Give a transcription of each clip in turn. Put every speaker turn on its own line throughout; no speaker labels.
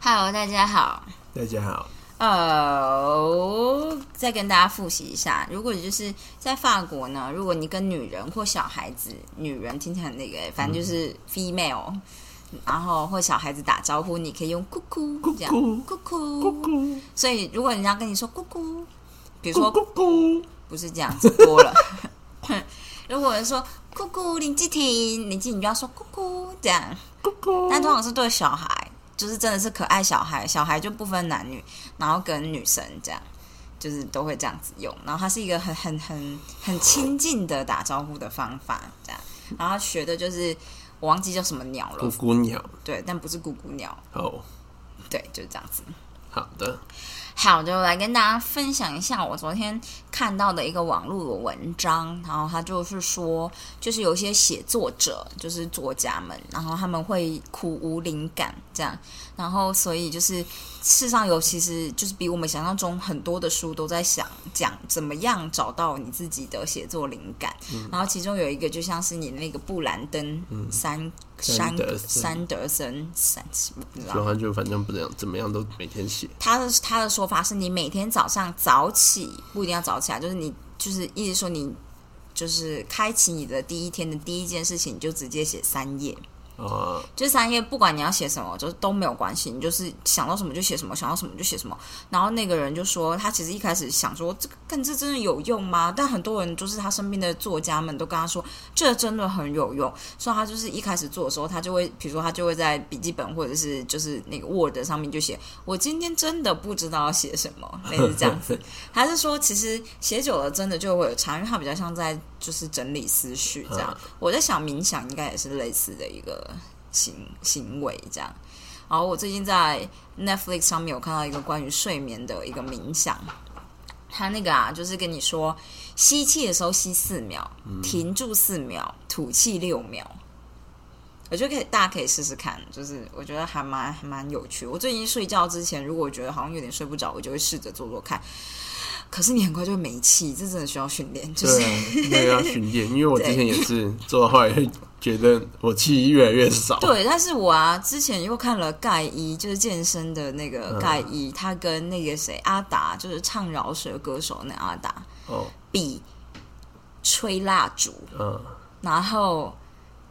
Hello，大家好。
大家好，
哦，再跟大家复习一下，如果你就是在法国呢，如果你跟女人或小孩子，女人听起来很那个，反正就是 female，、然后或小孩子打招呼，你可以用咕咕咕这样
咕
咕咕
咕咕
所以如果人家跟你说咕咕，比如
咕
说
咕咕，
不是这样子多了。 如果人说“姑姑林继婷”，林继婷就要说“姑姑”这样，
咕咕，
但通常是对小孩，就是真的是可爱小孩，小孩就不分男女，然后跟女生这样，就是都会这样子用。然后它是一个很很很很亲近的打招呼的方法，这样。然后学的就是我忘记叫什么鸟了
咕，咕鸟。
对，但不是姑姑鸟，
哦，
对，就是这样子。
好的，
好的，来跟大家分享一下我昨天看到的一个网络的文章，然后他就是说，就是有一些写作者，就是作家们，然后他们会苦无灵感这样，然后所以就是事实上有其实就是比我们想象中很多的书都在想讲怎么样找到你自己的写作灵感，
嗯
然后其中有一个就像是你那个布兰登山山
山嗯德森
山德森山，不知道
喜欢就反正不怎怎么样都每天写，
他的他的说法是你每天早上早起不一定要早起来，啊就是你就是意思说你就是开启你的第一天的第一件事情，你就直接写三页，
啊，
这三页不管你要写什么，就是都没有关系，你就是想到什么就写什么，想到什么就写什么。然后那个人就说，他其实一开始想说这个干这真的有用吗？但很多人就是他身边的作家们都跟他说，这真的很有用。所以他就是一开始做的时候，他就会，比如说他就会在笔记本或者是就是那个 Word 上面就写，我今天真的不知道要写什么，类似这样 子。还是说，其实写久了真的就会有差，因为它比较像在就是整理思绪这样。我在想，冥想应该也是类似的一个行行为这样。然后我最近在 Netflix 上面有看到一个关于睡眠的一个冥想，它那个啊，就是跟你说吸气的时候吸四秒，停住四秒，吐气六秒。我觉得可以，大家可以试试看，就是我觉得还蛮还蛮有趣。我最近睡觉之前，如果我觉得好像有点睡不着，我就会试着做做看。可是你很快就会没气，这真的需要训练，就是
对啊，那个要训练，因为我之前也是做到后来会觉得我气越来越少，
对，但是我啊，之前又看了盖伊，就是健身的那
嗯
个盖伊，他跟那个谁阿达，就是唱饶舌歌手那阿达
哦，
比吹蜡烛，
嗯，
然后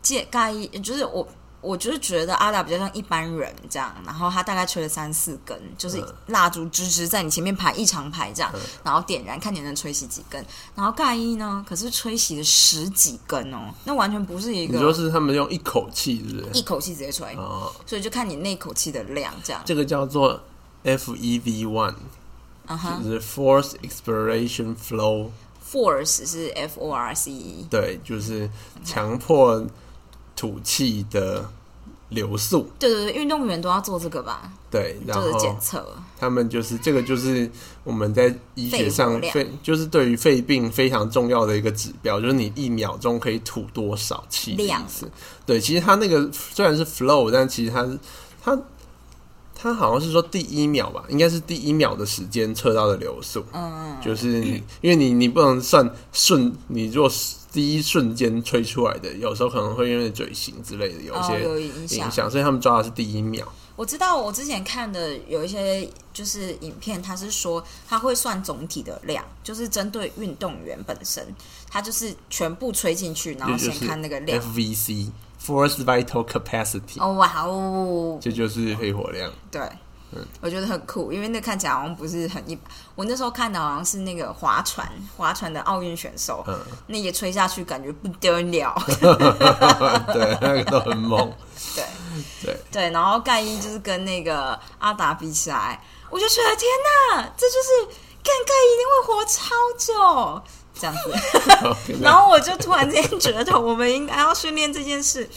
介盖伊就是我。我就是觉得阿达比较像一般人这样，然后他大概吹了三四根，就是
嗯
蜡烛直直在你前面排一长排这样，然后点燃看你能吹熄几根。然后盖伊呢，可是吹熄了十几根哦，那完全不是一
你说
个
是他们用一口气是不
一
是？
口气直接吹。
哦，
所以就看你那口气的量这样。
这个叫做 FEV one，
啊哈、
就是 Force Expiration Flow，
f o r c e 是 F O R C E，
对，就是强迫吐气的流速，
对对对，运动员都要做这个吧，
对，啊嗯然
做
后
的检测。
他们就是这个，就是我们在医学
肺活
上
量
肺就是对于肺病非常重要的一个指标，就是你一秒钟可以吐多少气的意
量
思。对，其实它那个虽然是 flow，但其实它是它它好像是说第一秒吧，应该是第一秒的时间测到的流速。
嗯，
就是你因为你你不能算瞬，你如果第一瞬间吹出来的，有时候可能会因为嘴型之类的有一
哦，有
些
影响
影。响，所以他们抓的是第一秒。
我知道我之前看的有一些就是影片，它是说它会算总体的量，就是针对运动员本身，它就是全部吹进去，然后
也就
先
是
看那个量。
FVC Force Vital Capacity，、
哦哇哦，
这就是肺活量。
对，我觉得很酷，因为那看起来好像不是很一般。我那时候看的好像是那个划船，划船的奥运选手，
嗯，
那也吹下去感觉不得了。
对，那个都很猛。
对
对
对，然后盖伊就是跟那个阿达比起来，我就觉得天哪，这就是干盖伊一定会活超久这样子。
OK，那
然后我就突然间觉得，我们应该要训练这件事，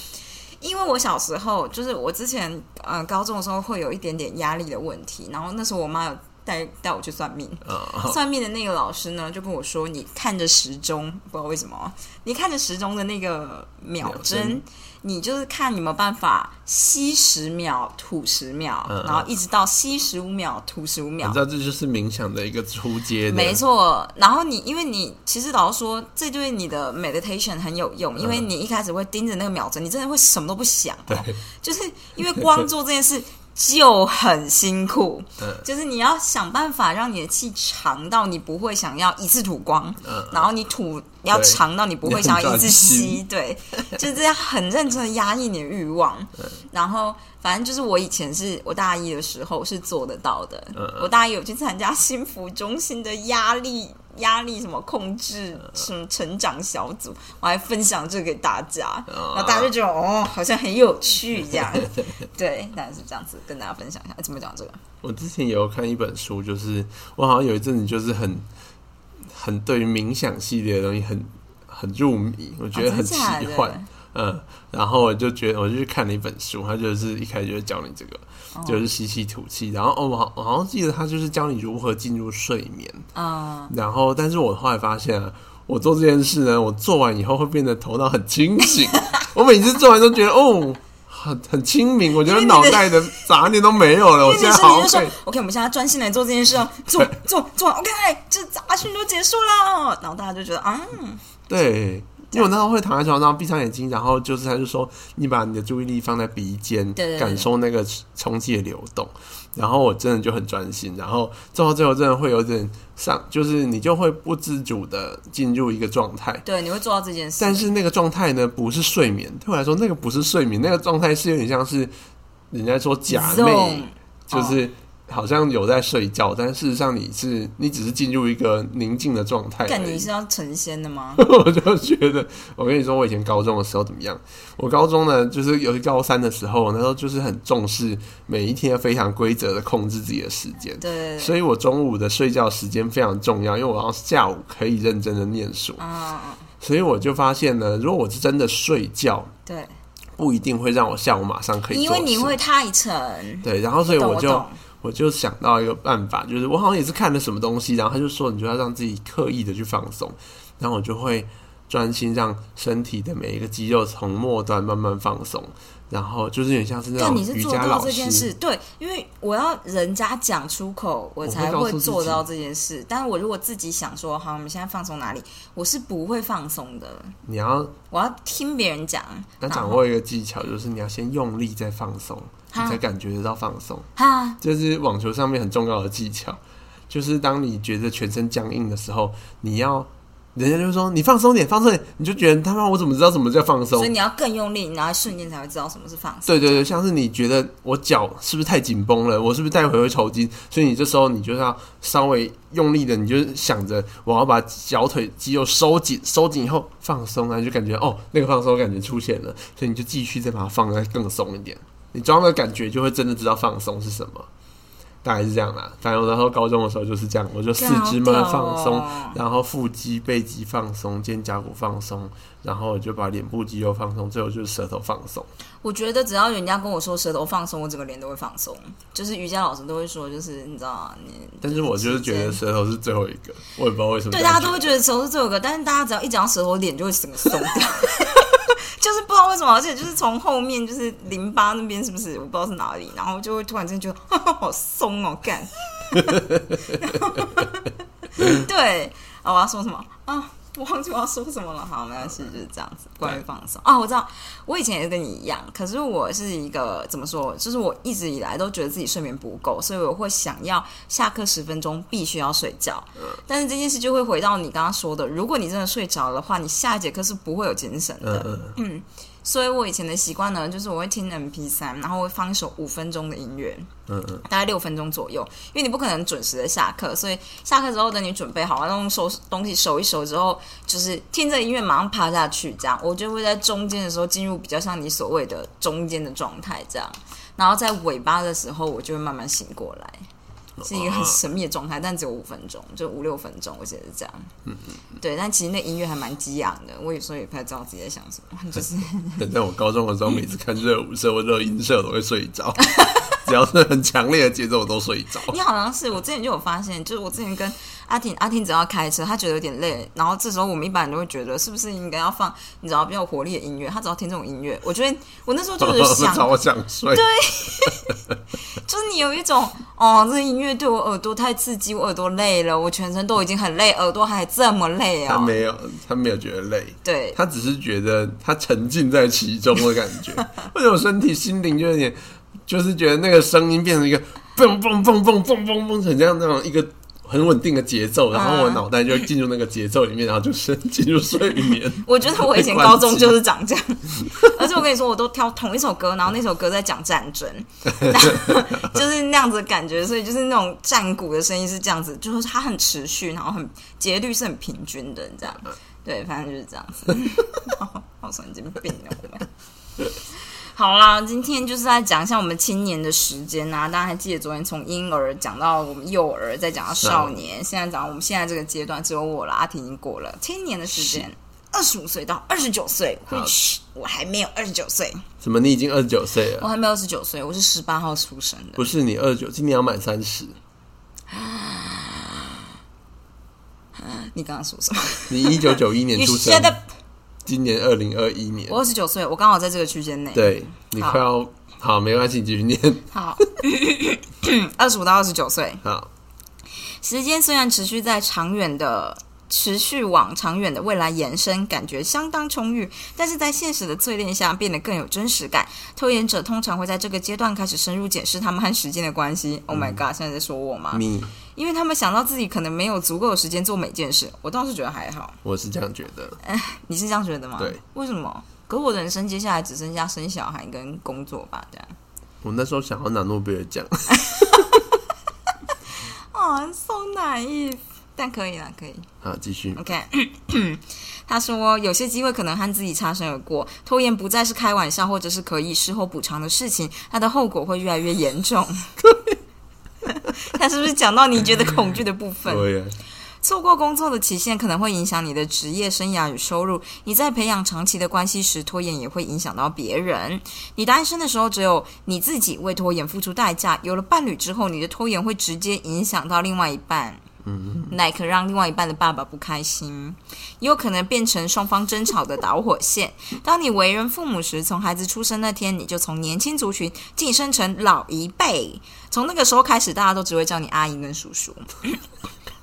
因为我小时候就是我之前嗯、呃高中的时候会有一点点压力的问题，然后那时候我妈有带带我去算命，
啊，
算命的那个老师呢就跟我说，你看着时钟，不知道为什么，你看着时钟的那个秒针，
秒针
你就是看有没有办法吸十秒吐十秒，
嗯嗯
然后一直到吸十五秒吐十五秒
你知，道这就是冥想的一个出阶的，
没错，然后你因为你其实老实说，这对你的 meditation 很有用，因为
嗯
你一开始会盯着那个秒针，你真的会什么都不想、哦，
对
就是因为光做这件事，就很辛 苦，
嗯
就是你要想办法让你的气长到你不会想要一次吐光，
嗯
然后你吐你要长到你不会想要一直吸，对，就是这样很认真的压抑你的欲望。然后反正就是我以前是我大一的时候是做得到的，
嗯嗯
我大一有去参加幸福中心的压力压力什么控制什么成长小组，我还分享这个给大家，然后大家就觉得哦好像很有趣这 样，对，大概是这样子跟大家分享一下，哎怎么讲这个？
我之前也有看一本书，就是我好像有一阵子就是很很对于冥想系列的东西很很入迷，我觉得
哦
很奇
真假的
幻。嗯，然后我就觉得我就去看了一本书，它就是一开始就是教你这个，
哦
就是吸气吐气，然后哦，我好我好像记得它就是教你如何进入睡眠，
嗯，
然后但是我后来发现啊，我做这件事呢，我做完以后会变得头脑很清 醒，我每次做完都觉得哦。很很清明，我觉得
因为你的
脑袋的杂念都没有了。我
因
现
为你
在
是
好
你
好
就说
睡。
，OK，我们现在专心来做这件事哦， 做做做完，OK，这杂讯都结束了，然后大家就觉得啊，
对，因为我那时候会躺在床上，闭上眼睛，然后就是他就说，你把你的注意力放在鼻尖，
对对对
感受那个空气的流动。然后我真的就很专心，然后做到最后真的会有点上，就是你就会不自主的进入一个状态。
对，你会做到这件事，
但是那个状态呢，不是睡眠，对我来说那个不是睡眠，那个状态是有点像是人家说假寐
Zone，哦
就是好像有在睡觉，但事实上你是你只是进入一个宁静的状态而已。
感觉是要成仙的吗？
我就觉得，我跟你说，我以前高中的时候怎么样？我高中呢，就是尤其高三的时候，我那时候就是很重视每一天非常规则的控制自己的时间，
对，
所以我中午的睡觉时间非常重要，因为我要下午可以认真的念书，
啊，
所以我就发现呢，如果我是真的睡觉，
对，
不一定会让我下午马上可以做事，
因为你会太沉，
对，然后所以
懂
我
我
就
懂，
我就想到一个办法，就是我好像也是看了什么东西，然后他就说你就要让自己刻意的去放松，然后我就会专心让身体的每一个肌肉从末端慢慢放松，然后就是有点像是那
但
种
你是
瑜
做
伽
到
老
这件事，
师，
对，因为我要人家讲出口，我才
我会告
会
诉自己
做到这件事。但是我如果自己想说，好，我们现在放松哪里，我是不会放松的。
你要
我要听别人讲，
要
然
掌
后
握一个技巧，就是你要先用力再放松，你
啊
才感觉得到放松，
哈，
这是网球上面很重要的技巧，就是当你觉得全身僵硬的时候，你要。人家就说你放松点，放松点，你就觉得他妈我怎么知道什么叫放松
所以？你要更用力，然后瞬间才会知道什么是放松。
对对对，像是你觉得我脚是不是太紧绷了，我是不是待会会抽筋，所以你这时候你就是要稍微用力的，你就是想着我要把小腿肌肉收紧，收紧以后放松啊，你就感觉哦那个放松感觉出现了，所以你就继续再把它放得更松一点，你装的感觉就会真的知道放松是什么。大概是这样啦，反正我那时候高中的时候就是这样，我就四肢慢慢放松，
干好屌哦
然后腹肌、背肌放松，肩胛骨放松，然后我就把脸部肌肉放松，最后就是舌头放松。
我觉得只要人家跟我说舌头放松，我整个脸都会放松。就是瑜伽老师都会说，就是你知道，你
但是我就是觉得舌头是最后一个，我也不知道为什么。
对，大家都会觉得舌头是最有个，但是大家只要一讲到舌头，脸就会整个松 掉，就是不知道为什么，而且就是从后面就是淋巴那边是不是，我不知道是哪里，然后就会突然间觉得 好松哦，干， 然后对，啊，我要说什么啊？我忘记我要说什么了，好，没关系，就是这样子。关于放松啊，我知道，我以前也是跟你一样，可是我是一个怎么说，就是我一直以来都觉得自己睡眠不够，所以我会想要下课十分钟必须要睡觉。
嗯
但是这件事就会回到你刚刚说的，如果你真的睡着的话，你下一节课是不会有精神
嗯
的。
嗯
所以我以前的习惯呢，就是我会听 MP 三，然后会放一首五分钟的音乐，
嗯嗯，
大概六分钟左右，因为你不可能准时的下课，所以下课之后等你准备好，然后收东西收一收之后，就是听着音乐马上趴下去，这样我就会在中间的时候进入比较像你所谓的中间的状态，这样，然后在尾巴的时候我就会慢慢醒过来，是一个很神秘的状态，但只有五分钟，就五六分钟，我记得是这样。对，但其实那音乐还蛮激昂的，我有时候也不太知道自己在想什么，就是
嗯在我高中的时候，每次看热舞社或热音社，我都会睡着，只要是很强烈的节奏，我都睡着。
你好像是我之前就有发现，就是我之前跟阿婷，阿婷只要开车，她觉得有点累，然后这时候我们一般人都会觉得是不是应该要放你知道比较有活力的音乐，她只要听这种音乐，我觉得我那时候就有想，
超想睡，
就是你有一种哦，这个音乐对我耳朵太刺激，我耳朵累了，我全身都已经很累，耳朵还这么累
他
哦，
没有，他没有觉得累，
对，
他只是觉得他沉浸在其中的感觉，为什么身体心灵就有点就是觉得那个声音变成一个蹦蹦蹦蹦蹦蹦蹦，很像那种一个很稳定的节奏，然后我脑袋就进入那个节奏里面，然后就深进入睡眠。
我觉得我以前高中就是长这样，而且我跟你说，我都挑同一首歌，然后那首歌在讲战争， 就是那样子的感觉，所以就是那种战鼓的声音是这样子，就是它很持续，然后很节律是很平均的这样。对，反正就是这样子， 好好神经病哦！我们好啦，今天就是在讲一下我们青年的时间啊。大家还记得昨天从婴儿讲到我们幼儿，再讲到
啊
少年，现在讲到我们现在这个阶段，只有我了，阿婷已经过了青年的时间，二十五岁到二十九岁
好
，which 我还没有二十九岁，
怎么？你已经二十九岁
我
了？
还没有二十九岁，我是十八号出生的。
不是你二十九，今年要满三十。
你刚刚说什么
你一九九一年
你
出生
现，在
今年二零二一年
我，二十九岁，我刚好在这个区间内。
对你快要好，没关系，你继续 念。
好， 二十五到二十九岁，
好，
时间虽然持续在长远的。持续往长远的未来延伸，感觉相当充裕，但是在现实的淬炼下变得更有真实感。拖延者通常会在这个阶段开始深入检视他们和时间的关系。Oh my god，现在在说我吗？
你
因为他们想到自己可能没有足够的时间做每件事。我倒是觉得还好，
我是这样觉得，
你是这样觉得吗？
对，
为什么？可我的人生接下来只剩下生小孩跟工作吧，这样。
我那时候想要拿诺贝尔 奖，
啊、so nice，但可以啦，可以。
好，继续。
OK，他说有些机会可能和自己擦身而过，拖延不再是开玩笑或者是可以事后补偿的事情，它的后果会越来越严重。 他是不是讲到你觉得恐惧的部分？
对呀，
错过工作的期限可能会影响你的职业生涯与收入。你在培养长期的关系时，拖延也会影响到别人。你单身的时候，只有你自己为拖延付出代价；有了伴侣之后，你的拖延会直接影响到另外一半。嗯，like 让另外一半的爸爸不开心，也有可能变成双方争吵的导火线。当你为人父母时，从孩子出生那天，你就从年轻族群晋升成老一辈。从那个时候开始，大家都只会叫你阿姨跟叔叔。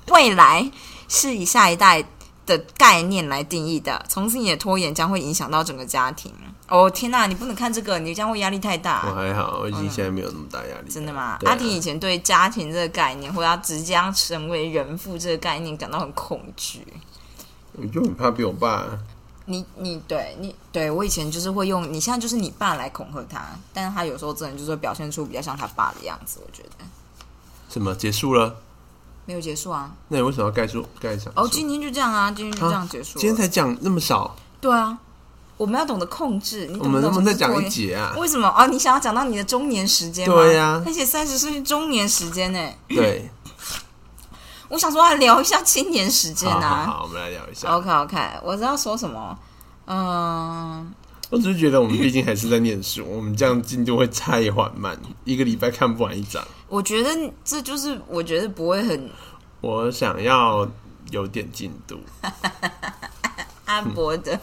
未来是以下一代的概念来定义的，从此你的拖延将会影响到整个家庭。哦天呐，你不能看这个，你将会压力太大。
我还好，我已经现在没有那么大压力。
真的吗？
对啊
阿婷以前对家庭这个概念，或者要即将成为人父这个概念感到很恐惧。
我就很怕被我爸，
你你对你对我以前就是会用，你现在就是你爸来恐吓他，但是他有时候真的就是会表现出比较像他爸的样子。我觉得
什么结束了？
没有结束啊，
那你为什么要盖住盖上？
哦，今天就这样啊，今天就这样结束了。
今天才讲那么少，
对啊，我们要懂得控制。你
我
懂不
们
懂
能不能再
什么
讲
是
一节啊
拖延？？为什么哦？你想要讲到你的中年时间吗？
对呀
而且三十岁是中年时间呢、
对，
我想说要聊一下青年时间
好好
啊。
好，我们来聊一下。
OK OK，我知道说什么。嗯，
我只是觉得我们毕竟还是在念书，我们这样进度会太缓慢，一个礼拜看不完一章。
我觉得这就是我觉得不会 很
我想要有点进度，
阿伯的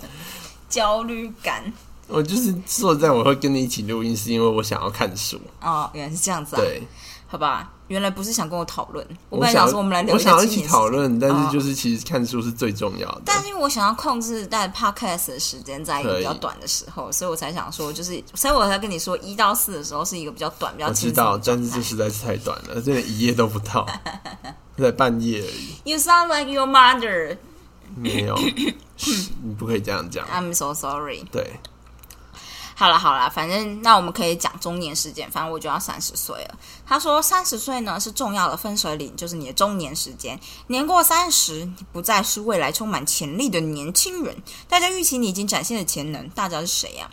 焦虑感。
我就是坐在我会跟你一起录音，是因为我想要看书。
哦，原来是这样子啊，
对，
好吧，原来不是想跟我讨论，我
我
本来
想
想说我们来聊
我
下
想要一
青
起
年时
讨
间。
论，但
哦
是就是其实看书是最重要的。
但是因为我想要控制在 podcast 的时间在一个比较
可以
短的时候，所以我才想说，就是，所以我才跟你说，一到四的时候是一个比较短、比较
我
轻
知
松的
道，但是这实在是太短了，真的一夜都不 到，在半夜而已。
You sound like your mother.
没有，嘘你不可以这样讲。
I'm so sorry.
对，
好了好了，反正那我们可以讲中年时间，反正我就要三十岁了。他说三十岁呢是重要的分水岭，就是你的中年时间。年过三十，你不再是未来充满潜力的年轻人，大家预期你已经展现了潜能。大家是谁呀、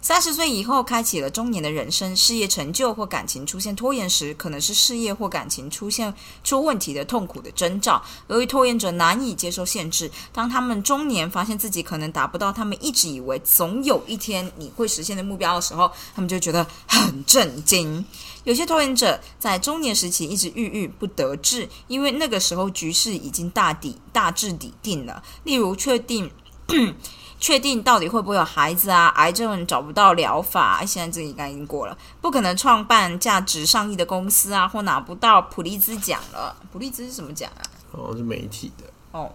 三十岁以后开启了中年的人生，事业成就或感情出现拖延时，可能是事业或感情出现出问题的痛苦的征兆。由于拖延者难以接受限制，当他们中年发现自己可能达不到他们一直以为总有一天你会实现的目标的时候，他们就觉得很震惊。有些拖延者在中年时期一直郁郁不得志，因为那个时候局势已经大抵大致底定了，例如确定。 确定到底会不会有孩子啊？癌症找不到疗法，哎现在这个应该已经过了，不可能创办价值上亿的公司啊，或拿不到普利兹奖了。普利兹是什么奖啊？
好像是媒体的，
哦，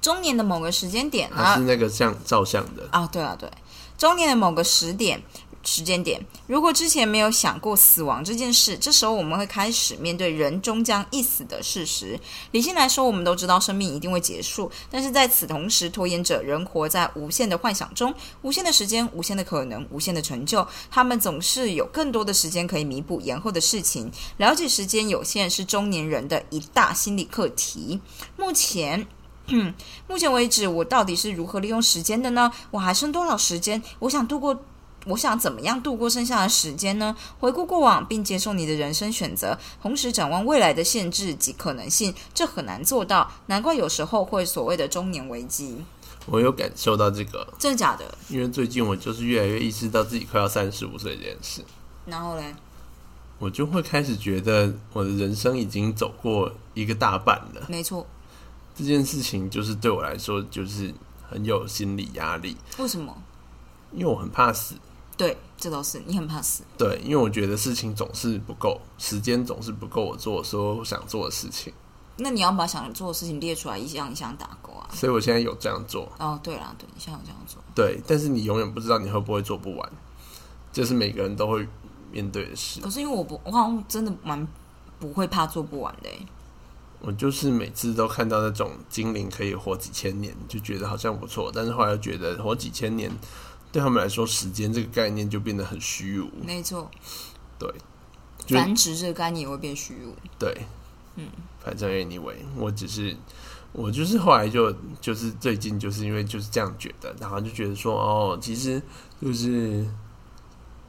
中年的某个时间点
它
啊哦
是那个像照相的，
啊，对啊对，中年的某个时点，时间点。如果之前没有想过死亡这件事，这时候我们会开始面对人终将一死的事实。理性来说，我们都知道生命一定会结束，但是在此同时，拖延者仍活在无限的幻想中，无限的时间、无限的可能、无限的成就，他们总是有更多的时间可以弥补延后的事情。了解时间有限是中年人的一大心理课题。目前。目前为止，我到底是如何利用时间的呢？我还剩多少时间？我想度过，我想怎么样度过剩下的时间呢？回顾过往，并接受你的人生选择，同时展望未来的限制及可能性，这很难做到。难怪有时候会所谓的中年危机，
我有感受到这个，
真的假的？
因为最近我就是越来越意识到自己快要三十五岁这件事，
然后嘞，
我就会开始觉得我的人生已经走过一个大半了。
没错，
这件事情就是对我来说就是很有心理压力，
为什么？
因为我很怕死。
对，这倒是你很怕死。
对，因为我觉得事情总是不够，时间总是不够我做所有想做的事情，
那你要把想做的事情列出来，一项一项打勾啊。
所以我现在有这样做。
哦，对啦，对，你现在有这样做，
对，但是你永远不知道你会不会做不完，这是每个人都会面对的事。
可是因为我不，我好像真的蛮不会怕做不完的欸。
我就是每次都看到那种精灵可以活几千年，就觉得好像不错，但是后来又觉得活几千年对他们来说，时间这个概念就变得很虚无。
没错，
对，就
繁殖这个概念也会变虚无。
对，嗯，反正 anyway，我只是我就是后来就就是最近就是因为就是这样觉得，然后就觉得说哦，其实就是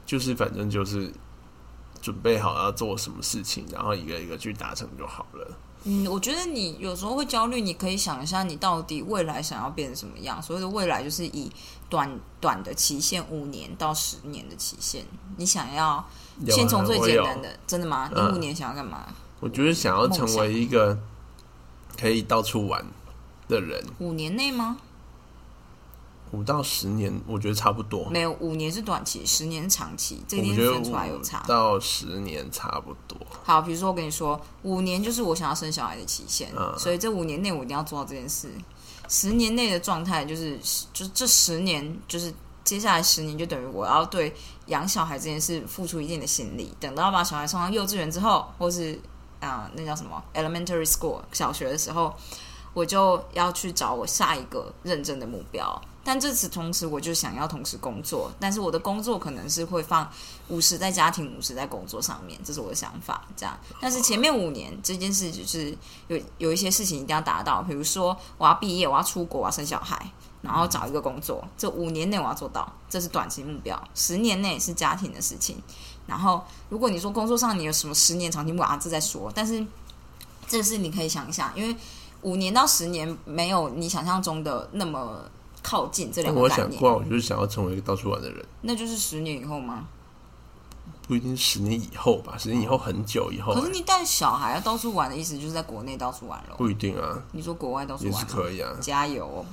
就是反正就是准备好要做什么事情，然后一个一个去达成就好了。
嗯，我觉得你有时候会焦虑，你可以想一下，你到底未来想要变成什么样。所谓的未来，就是以短短的期限，五年到十年的期限，你想要
有
先
啊
从最
我
简
有
单的，真的吗？你
嗯
五年想要干嘛？
我觉得想要成为一个可以到处玩的人，
五年内吗？
五到十年，我觉得差不多。
没有，五年是短期，十年是长期，这一
我
定
觉得
分出来有
五
差。
到十年差不多。
好，比如说我跟你说，五年就是我想要生小孩的期限，
嗯
所以这五年内我一定要做到这件事。十年内的状态就是，就这十年，就是接下来十年就等于我要对养小孩这件事付出一定的心力。等到把小孩送到幼稚园之后，或是啊、那叫什么 elementary school 小学的时候，我就要去找我下一个认真的目标。但这次同时，我就想要同时工作，但是我的工作可能是会放五十在家庭，五十在工作上面，这是我的想法。这样，但是前面五年这件事就是有有一些事情一定要达到，比如说我要毕业，我要出国，我要生小孩，然后找一个工作，这五年内我要做到，这是短期目标。十年内是家庭的事情，然后如果你说工作上你有什么十年长期目标，啊这再说，但是这是你可以想一下，因为五年到十年没有你想象中的那么靠近这
但
两
我
个概
想
念，
过啊，我就是想要成为一个到处玩的人。
那就是十年以后吗？
不一定十年以后吧，十年以后很久以后、
可是你带小孩要到处玩的意思，就是在国内到处玩喽。
不一定啊，
你说国外到处
也
玩
是
咯，
可以啊。
加油哦，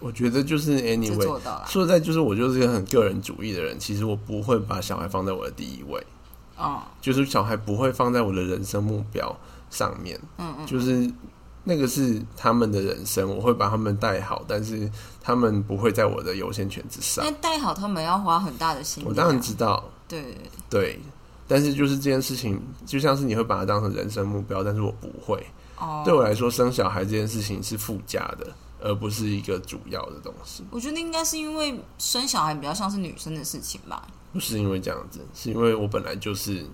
我觉得就是
这
anyway，
做啊到了。
说实在就是我就是一个很个人主义的人，其实我不会把小孩放在我的第一位，
嗯
就是小孩不会放在我的人生目标上面，
嗯嗯，
就是那个是他们的人生，我会把他们带好，但是他们不会在我的优先权之上
那。带好他们要花很大的心力、啊。
啊我当然知道，
对对对，
对，但是就是这件事情，就像是你会把它当成人生目标，但是我不会。
哦，
对我来说，生小孩这件事情是附加的，而不是一个主要的东西。
我觉得应该是因为生小孩比较像是女生的事情吧。
不是因为这样子，是因为我本来就是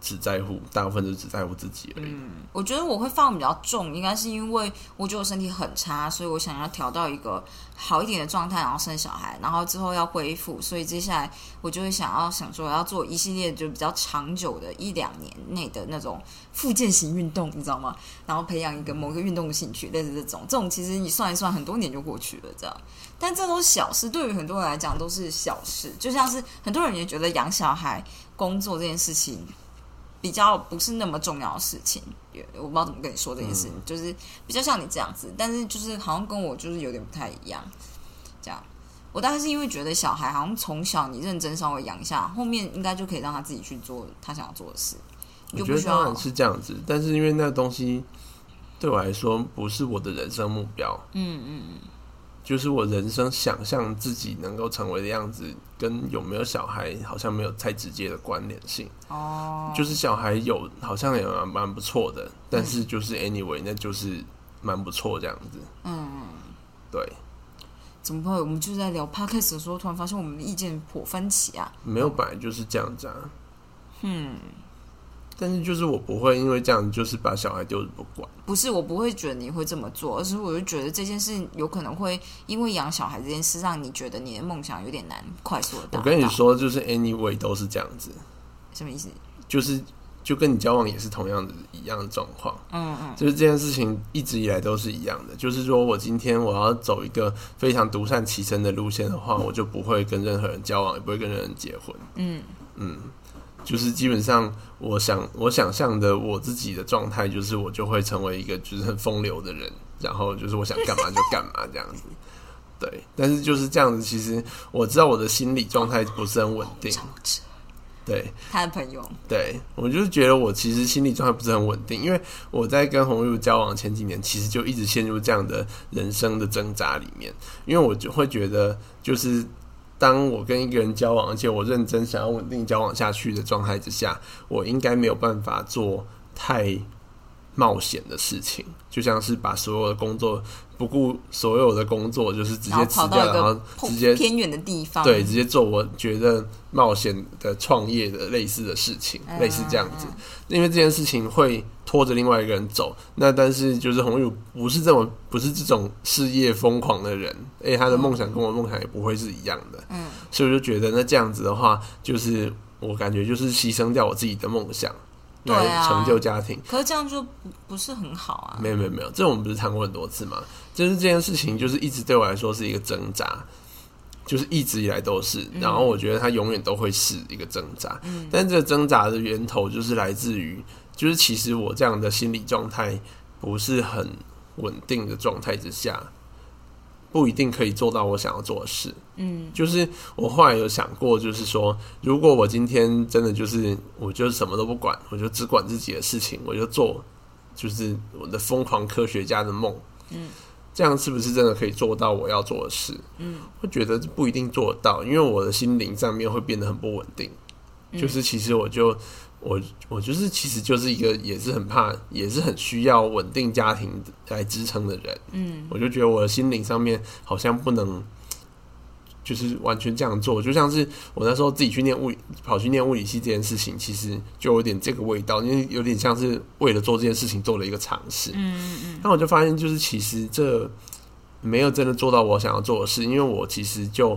只在乎，大部分都只在乎自己而已。
我觉得我会放比较重，应该是因为我觉得我身体很差，所以我想要调到一个好一点的状态，然后生小孩，然后之后要恢复，所以接下来我就会想要想说要做一系列就比较长久的一两年内的那种复健型运动，你知道吗？然后培养一个某个运动的兴趣，类似这种，这种其实你算一算，很多年就过去了，这样。但这都是小事，对于很多人来讲都是小事，就像是很多人也觉得养小孩、工作这件事情比较不是那么重要的事情，也我不知道怎么跟你说这件
嗯
事，就是比较像你这样子，但是就是好像跟我就是有点不太一样，这样。我大概是因为觉得小孩好像从小你认真稍微养一下，后面应该就可以让他自己去做他想要做的事，你
我
就不
觉得
需
当
要
然是这样子，但是因为那东西对我来说不是我的人生目标，
嗯嗯嗯，
就是我人生想象自己能够成为的样子，跟有没有小孩好像没有太直接的关联性。
哦，
就是小孩有，好像也蛮蛮不错的，但是就是 anyway，那就是蛮不错这样子。
嗯，
对，
怎么会？我们就是在聊 podcast 的时候，突然发现我们的意见颇分歧啊。
没有本来就是这样子啊。
嗯，
但是就是我不会因为这样就是把小孩丢着不管。
不是，我不会觉得你会这么做，而是我就觉得这件事有可能会因为养小孩这件事，让你觉得你的梦想有点难快速的达
我
到。
跟你说，就是 anyway 都是这样子，
什么意思？
就是就跟你交往也是同样的一样的状况。
嗯嗯
就是这件事情一直以来都是一样的，就是说我今天我要走一个非常独善其身的路线的话，我就不会跟任何人交往，也不会跟任何人结婚。
嗯，
嗯，就是基本上我想我想象的我自己的状态，就是我就会成为一个就是很风流的人，然后就是我想干嘛就干嘛这样子。对，但是就是这样子，其实我知道我的心理状态不是很稳定。对，
他的朋友，
对我就是觉得我其实心理状态不是很稳定，因为我在跟红玉交往前几年，其实就一直陷入这样的人生的挣扎里面，因为我就会觉得，就是当我跟一个人交往，而且我认真想要稳定交往下去的状态之下，我应该没有办法做太冒险的事情，就像是把所有的工作不顾所有的工作，就是直
然
接
后跑
辞掉，
到一
然后
个
直接
偏偏远的地方，
对，直接做我觉得冒险的创业的类似的事情，
嗯
类似这样子。因为这件事情会拖着另外一个人走，那但是就是红玉不是这种不是这种事业疯狂的人，而且他的梦想跟我的梦想也不会是一样的，
嗯，
所以我就觉得那这样子的话，就是我感觉就是牺牲掉我自己的梦想
对
来
啊
成就家庭。
可是这样就不不是很好啊。
没有没有没有，这我们不是谈过很多次吗？就是这件事情，就是一直对我来说是一个挣扎，就是一直以来都是。然后我觉得它永远都会是一个挣扎，
嗯
但这个挣扎的源头就是来自于，就是其实我这样的心理状态不是很稳定的状态之下，不一定可以做到我想要做的事。
嗯
就是我后来有想过，就是说，如果我今天真的就是我就什么都不管，我就只管自己的事情，我就做就是我的疯狂科学家的梦，
嗯，
这样是不是真的可以做到我要做的事？
嗯，
我觉得不一定做得到，因为我的心灵上面会变得很不稳定。
嗯
就是其实我就我我就是其实就是一个也是很怕，也是很需要稳定家庭来支撑的人。
嗯
我就觉得我的心灵上面好像不能，就是完全这样做，就像是我那时候自己去念物理，跑去念物理系这件事情，其实就有点这个味道，因为有点像是为了做这件事情做了一个尝试。
嗯嗯
那我就发现，就是其实这没有真的做到我想要做的事，因为我其实就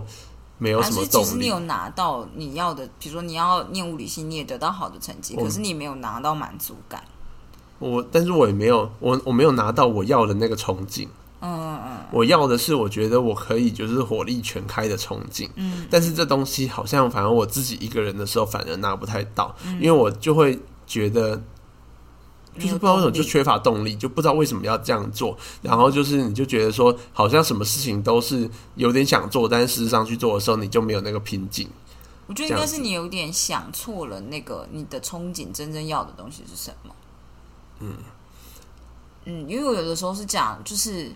没有
嗯，
什
还
么
是
动
其实你
力。
有拿到你要的，比如说你要念物理系，你也得到好的成绩，
我
可是你没有拿到满足感。
我，但是我也没有，我我没有拿到我要的那个憧憬。
嗯嗯
我要的是，我觉得我可以就是火力全开的憧憬。
嗯，
但是这东西好像反而我自己一个人的时候反而拿不太到，
嗯
因为我就会觉得。
没
就
有
是不知道为什么
动力
就缺乏动力，就不知道为什么要这样做。然后就是你就觉得说，好像什么事情都是有点想做，但是事实上去做的时候，你就没有那个瓶颈。
我觉得应该
这
是
样子
你有点想错了，那个你的憧憬真正要的东西是什么？嗯嗯，因为我有的时候是讲，就是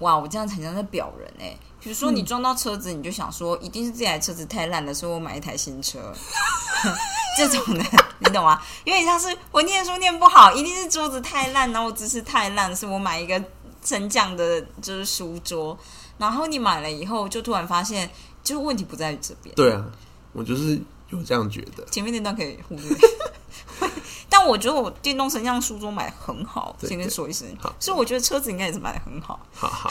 哇，我这样才像在表人哎、比如说你撞到车子，你就想说一定是这台车子太烂了，所以我买一台新车。 这种的，你懂吗？有点像是我念书念不好，一定是桌子太烂，然后我知识太烂，所以我买一个升降的，就是书桌。然后你买了以后，就突然发现，就问题不在于这边。
对啊，我就是有这样觉得。
前面那段可以忽略。 但我觉得我电动升降书桌买的很好，
对
先跟你说一声
好。
所以我觉得车子应该也是买的很好。
好好，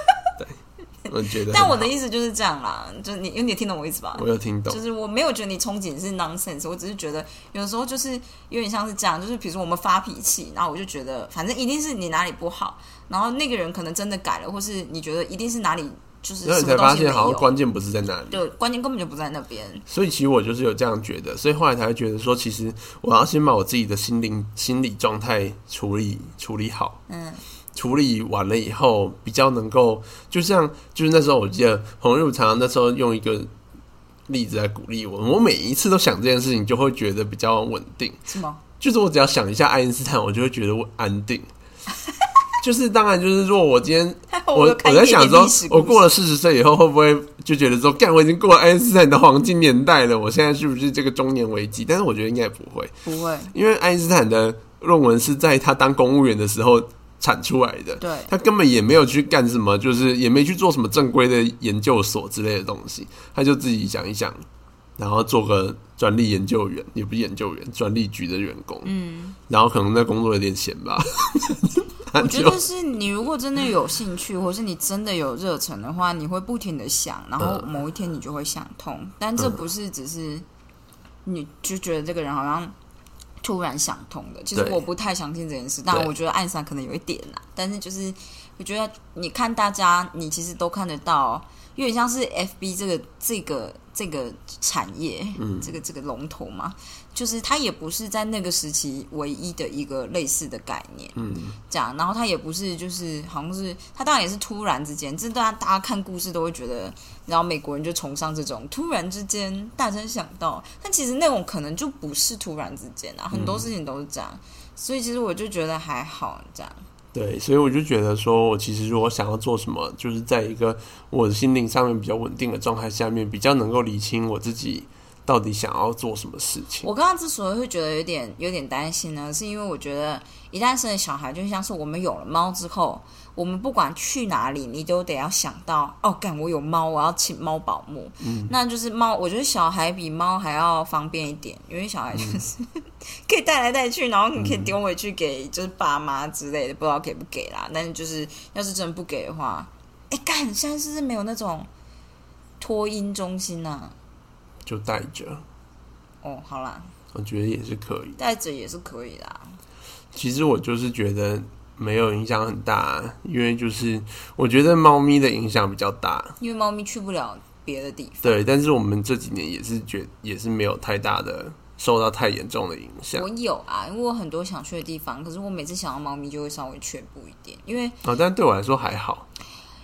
对，啊我觉得很好。
但我的意思就是这样啦，就你，因为你也听懂我意思吧？
我有听懂
就，是我没有觉得你憧憬是 nonsense，我只是觉得有时候就是有点像是这样，就是比如说我们发脾气，然后我就觉得反正一定是你哪里不好，然后那个人可能真的改了，或是你觉得一定是哪里就是
然后
什
你
么
才
东
发
西没
现好像
有，
关键不是在那里。
就关键根本就不在那边。
所以其实我就是有这样觉得，所以后来才会觉得说，其实我要先把我自己的心灵心理状态处理处理好，
嗯
处理完了以后，比较能够，就像就是那时候我记得红玉常常那时候用一个例子来鼓励我，我每一次都想这件事情，就会觉得比较稳定。
是吗？
就是我只要想一下爱因斯坦，我就会觉得我安定。就是当然就是，如果我今天 我
我
我在想说，我过
了
了四十岁以后，会不会就觉得说，干我已经过了爱因斯坦的黄金年代了，我现在是不是这个中年危机？但是我觉得应该不会，
不会，
因为爱因斯坦的论文是在他当公务员的时候产出来的，
对
他根本也没有去干什么，就是也没去做什么正规的研究所之类的东西，他就自己想一想，然后做个专利研究员，也不是研究员，专利局的员工，
嗯，
然后可能那工作有点闲吧， 他
我觉
就
得是你如果真的有兴趣，或是你真的有热忱的话，你会不停的想，然后
嗯
某一天你就会想通。但这不是只是你就觉得这个人好像突然想通的。其实
对
我不太相信这件事，但
对
我觉得爱因斯坦可能有一点啦。但是就是我觉得你看大家，你其实都看得到，有点像是 FB 这个这个这个产业，
嗯
这个这个龙头嘛，就是它也不是在那个时期唯一的一个类似的概念。
嗯。
这样，然后他也不是就是好像是他当然也是突然之间，这大家大家看故事都会觉得，然后美国人就崇尚这种突然之间大声想到，但其实那种可能就不是突然之间啊，很多事情都是这样，所以其实我就觉得还好这样，
对，所以我就觉得说，我其实如果想要做什么，就是在一个我的心灵上面比较稳定的状态下面，比较能够理清我自己到底想要做什么事情。
我刚刚之所以会觉得有点有点担心呢，是因为我觉得一旦生了小孩，就像是我们有了猫之后，我们不管去哪里，你都得要想到哦，干我有猫，我要请猫保姆。那就是猫，我觉得小孩比猫还要方便一点，因为小孩就是、 可以带来带去，然后你可以丢回去给就是爸妈之类的，不知道给不给啦。但是就是要是真的不给的话，哎干，现在是不是没有那种托婴中心呢、
就带着，
哦，好啦，
我觉得也是可以。
带着也是可以啦。
其实我就是觉得没有影响很大，因为就是我觉得猫咪的影响比较大。
因为猫咪去不了别的地方。
对，但是我们这几年也是觉也是没有太大的受到太严重的影响
我有啊，因为我很多想去的地方，可是我每次想到猫咪就会稍微却步一点，因为
啊、但对我来说还好。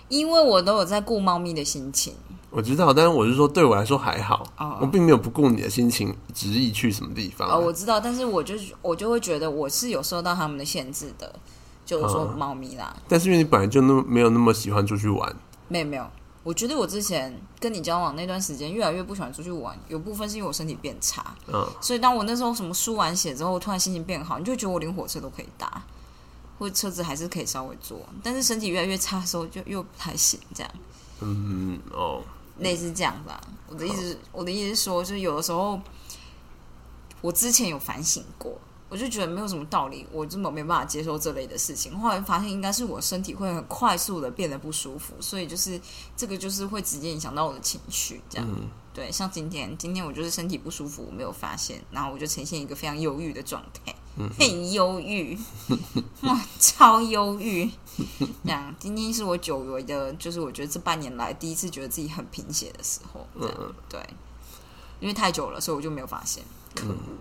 因为我都有在顾猫咪的心情
我知道，但是我是说，对我来说还好，
哦
我并没有不顾你的心情执意去什么地方、
啊、我知道，但是我就我就会觉得我是有受到他们的限制的，就是说猫咪啦，
但是因为你本来就那么没有那么喜欢出去玩，
没有没有。我觉得我之前跟你交往那段时间，越来越不喜欢出去玩，有部分是因为我身体变差，
嗯，
所以当我那时候什么输完血之后，我突然心情变好，你就觉得我连火车都可以搭，或者车子还是可以稍微坐，但是身体越来越差的时候，就又不太行这样。
嗯哦，
类似这样吧。我的意思，我的意思是说，就是有的时候，我之前有反省过，我就觉得没有什么道理，我这么没办法接受这类的事情。后来发现应该是我身体会很快速的变得不舒服，所以就是这个就是会直接影响到我的情绪，这样。
嗯
对，像今天，今天我就是身体不舒服，我没有发现，然后我就呈现一个非常忧郁的状态，
嗯
很忧 郁，哇，超忧郁。这样，今天是我久违的，就是我觉得这半年来第一次觉得自己很贫血的时候，
嗯
这样、对，因为太久了，所以我就没有发现。可恶！
嗯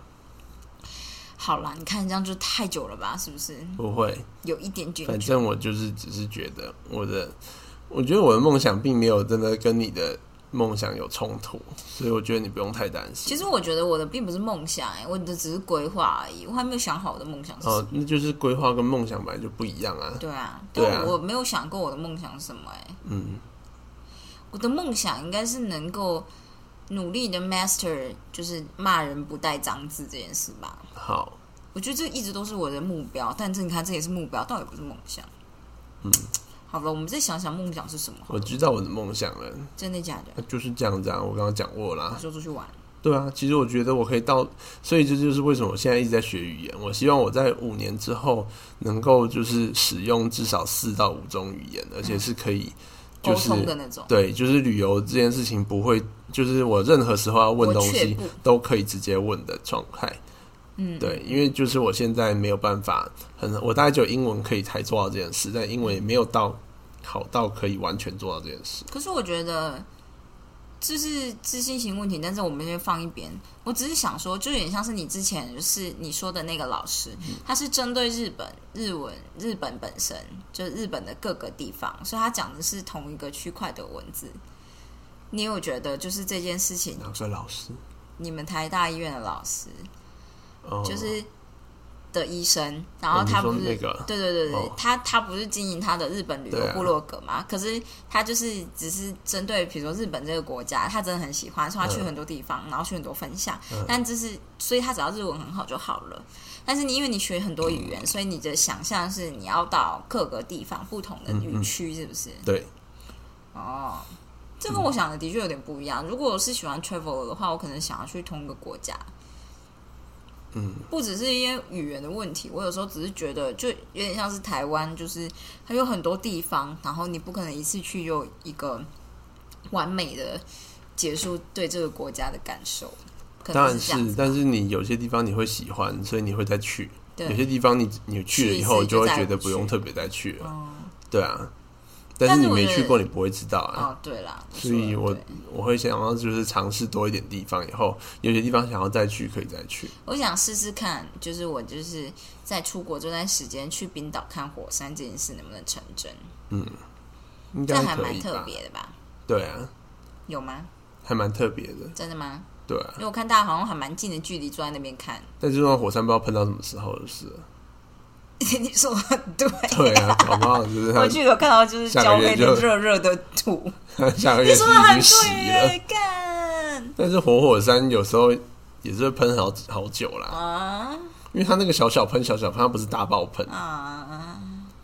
好啦，你看这样就太久了吧？是不是
不会，
有一点点
反正我就是只是觉得我的，我觉得我的梦想并没有真的跟你的梦想有冲突，所以我觉得你不用太担心。
其实我觉得我的并不是梦想、哎，我的只是规划而已，我还没有想好我的梦想是什么。
哦，那就是规划跟梦想本来就不一样啊，
对啊，
对
但
啊
我没有想过我的梦想是什么、哎，
嗯，
我的梦想应该是能够努力的 master，就是骂人不带脏字这件事吧。
好，
我觉得这一直都是我的目标，但这你看，这也是目标，倒也不是梦想。
嗯，
好了，我们再想想梦想是什么。
我知道我的梦想了，
真的假的？
那就是这样子啊，我刚刚讲过啦
我。说出去玩，
对啊，其实我觉得我可以到，所以这就是为什么我现在一直在学语言。我希望我在五年之后能够就是使用至少四到五种语言，而且是可以
沟
就是
通的那种。
对，就是旅游这件事情不会，就是我任何时候要问东
我却
西
不
都可以直接问的状态。
嗯，
对，因为就是我现在没有办法，很我大概只有英文可以才做到这件事，但英文也没有到好到可以完全做到这件事。
可是我觉得这是自信型问题，但是我们先放一边。我只是想说，就有点像是你之前就是你说的那个老师，
嗯
他是针对日本日文日本本身，就是日本的各个地方，所以他讲的是同一个区块的文字。你有觉得就是这件事情，
哪个老师？
你们台大医院的老师
哦，
就是的医生，然后
哦你
他
说
不是、
那个
对对对对，
哦
他他不是经营他的日本旅游
对啊
部落格嘛？可是他就是只是针对比如说日本这个国家，他真的很喜欢，所以他去
嗯
很多地方，然后去很多分享，
嗯
但就是所以他只要日文很好就好了。但是你因为你学很多语言，
嗯
所以你的想象是你要到各个地方不同的
嗯
语区，是不是？
对，
哦，这
嗯
跟我想的的确有点不一样。如果我是喜欢 travel 的话，我可能想要去同一个国家。
嗯，
不只是因为语言的问题，我有时候只是觉得，就有点像是台湾，就是它有很多地方，然后你不可能一次去就一个完美的结束对这个国家的感受。可
当
能
然
这样
是，
子吧
但是你有些地方你会喜欢，所以你会再去；有些
对，
地方你你去了以
去
后，
一次
就会
就再
觉得
不
不用
去
特别再去了。
嗯，
对啊，
但
但
是
是你
我
没
觉得
去过，你不会知道啊。
哦，对啦，
所以
我
我
说了对
我会想要就是尝试多一点地方，以后有些地方想要再去可以再去。
我想试试看，就是我就是在出国这段时间去冰岛看火山这件事能不能成真，
应
这
该
还
可
蛮
以
特
吧？
别的吧？
对啊，
有吗？
还蛮特别的，
真的吗？
对啊。
因为我看大家好像还蛮近的距离坐在那边看，
但是那火山不知道喷到什么时候的事了。
你说很 对。
对啊，搞不好就是
回
它
去有看到就是焦黑的热热的 土，
它下个
你
月
说
是
的
已
很
经洗
对
了。
耶，干
但是活火山有时候也是会喷好好久啦，
啊
因为它那个小小喷小小喷，它不是大爆喷，
啊！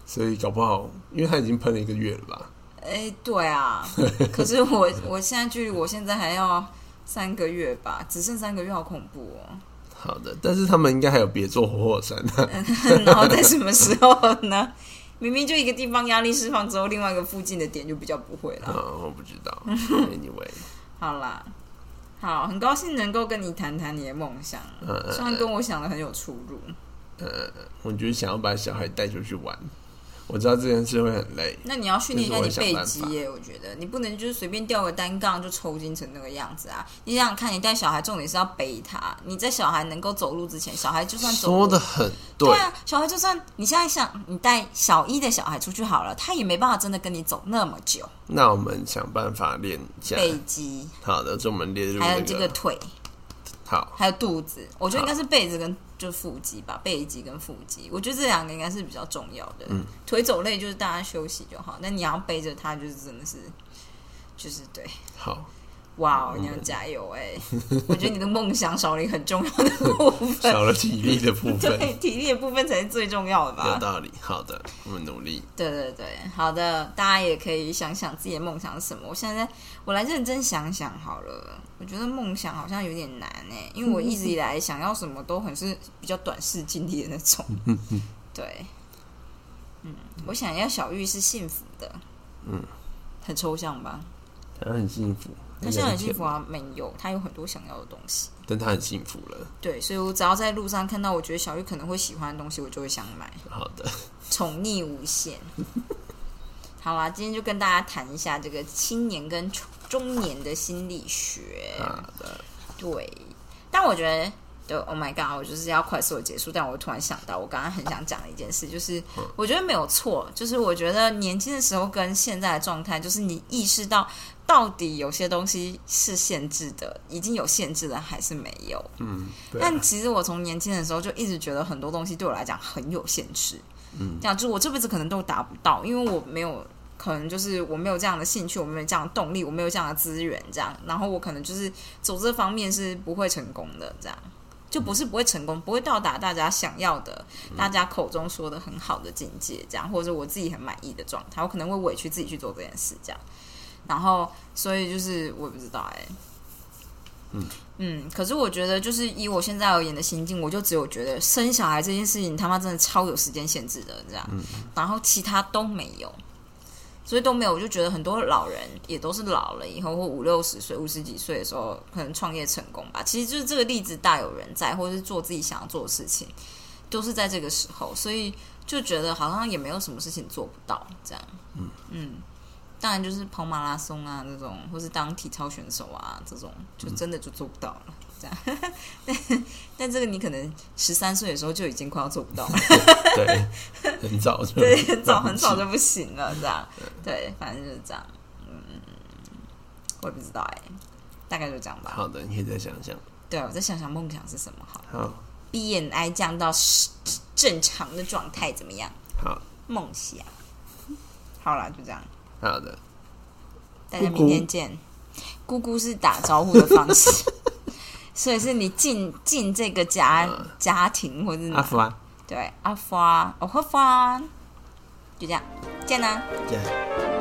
所以搞不好，因为它已经喷了一个月了吧？
哎，对 啊，可是我我现在距离我现在还要三个月吧，只剩三个月，好恐怖哦！
好的，但是他们应该还有别做活火山啊。
然后在什么时候呢？明明就一个地方压力释放之后，另外一个附近的点就比较不会了。
嗯，我不知道。Anyway，
好啦，好，很高兴能够跟你谈谈你的梦想，
嗯
虽然跟我想的很有出入。
呃我觉得想要把小孩带出去玩，我知道这件事会很累。
那你要训练一下你背
就是我
肌
想办法
耶，我觉得你不能就是随便吊个单杠就抽筋成那个样子啊！你想想看，你带小孩重点是要背他，你在小孩能够走路之前，小孩就算走
说
路
的很对，
对啊，小孩就算你现在想你带小一的小孩出去好了，他也没办法真的跟你走那么久，
那我们想办法练一下。
背肌
好的，这我们列入
还有
啊那
这个
个
腿，
好。
还有肚子，我觉得应该是背子跟就腹肌吧，背肌跟腹肌，我觉得这两个应该是比较重要的。
嗯
腿走累就是大家休息就好，那你要背着他就是真的是就是对。
好，
哇、哦，你要加油 哎、我觉得你的梦想少了一个很重要的部分，
少了体力的部分，
对体力的部分才是最重要的
有
吧？
道理。好的，我们努力。
对对对，好的，大家也可以想想自己的梦想是什么。我现在在我来认真想想好了，我觉得梦想好像有点难哎、因为我一直以来想要什么都很是比较短视近利的那种。对，嗯，我想要小玉是幸福的，
嗯，
很抽象吧？
他很幸福，
他现在很幸福
啊，
啊，没有，他有很多想要的东西。
但他很幸福了。
对，所以我只要在路上看到我觉得小玉可能会喜欢的东西，我就会想买，
好的，
宠溺无限。 好啦，今天就跟大家谈一下这个青年跟中中年的心理学。
好的，
对，但我觉得，对，Oh my God，我就是要快速的结束，但我突然想到，我刚刚很想讲的一件事，就是我觉得没有错，就是我觉得年轻的时候跟现在的状态，就是你意识到到底有些东西是限制的，已经有限制了，还是没有。
嗯，对啊
但其实我从年轻的时候就一直觉得很多东西对我来讲很有限制，嗯，这样就是我这辈子可能都达不到，因为我没有。可能就是我没有这样的兴趣，我没有这样的动力，我没有这样的资源，这样，然后我可能就是走这方面是不会成功的，这样就不是不会成功，不会到达大家想要的，大家口中说的很好的境界，这样，或者是我自己很满意的状态，我可能会委屈自己去做这件事，这样，然后所以就是我也不知道哎、嗯，可是我觉得，就是以我现在而言的心境，我就只有觉得生小孩这件事情，他妈真的超有时间限制的，这样，然后其他都没有，所以都没有，我就觉得很多老人也都是老了以后，或五六十岁、五十几岁的时候，可能创业成功吧。其实就是这个例子大有人在，或者是做自己想要做的事情，都是在这个时候，所以就觉得好像也没有什么事情做不到，这样，嗯。当然就是跑马拉松啊这种，或是当体操选手啊这种，就真的就做不到了。这样， 但但这个你可能十三岁的时候就已经快要做不到了，
对，很早就
嗯对，很早很早
就
就不行嗯了，这样，对，反正就是这样，嗯，我也不知道哎、大概就这样吧。啊
好的，你可以再想想。
对，我再想想梦想是什么好了。
好，
BNI 降到是正常的状态怎么样？
好
梦想。好啦，就这样，
好的，
大家
咕咕
明天见。姑姑是打招呼的方式，所以是你进进这个家家庭或者
阿福啊，
对阿发，我喝饭，就这样，见啦。
见。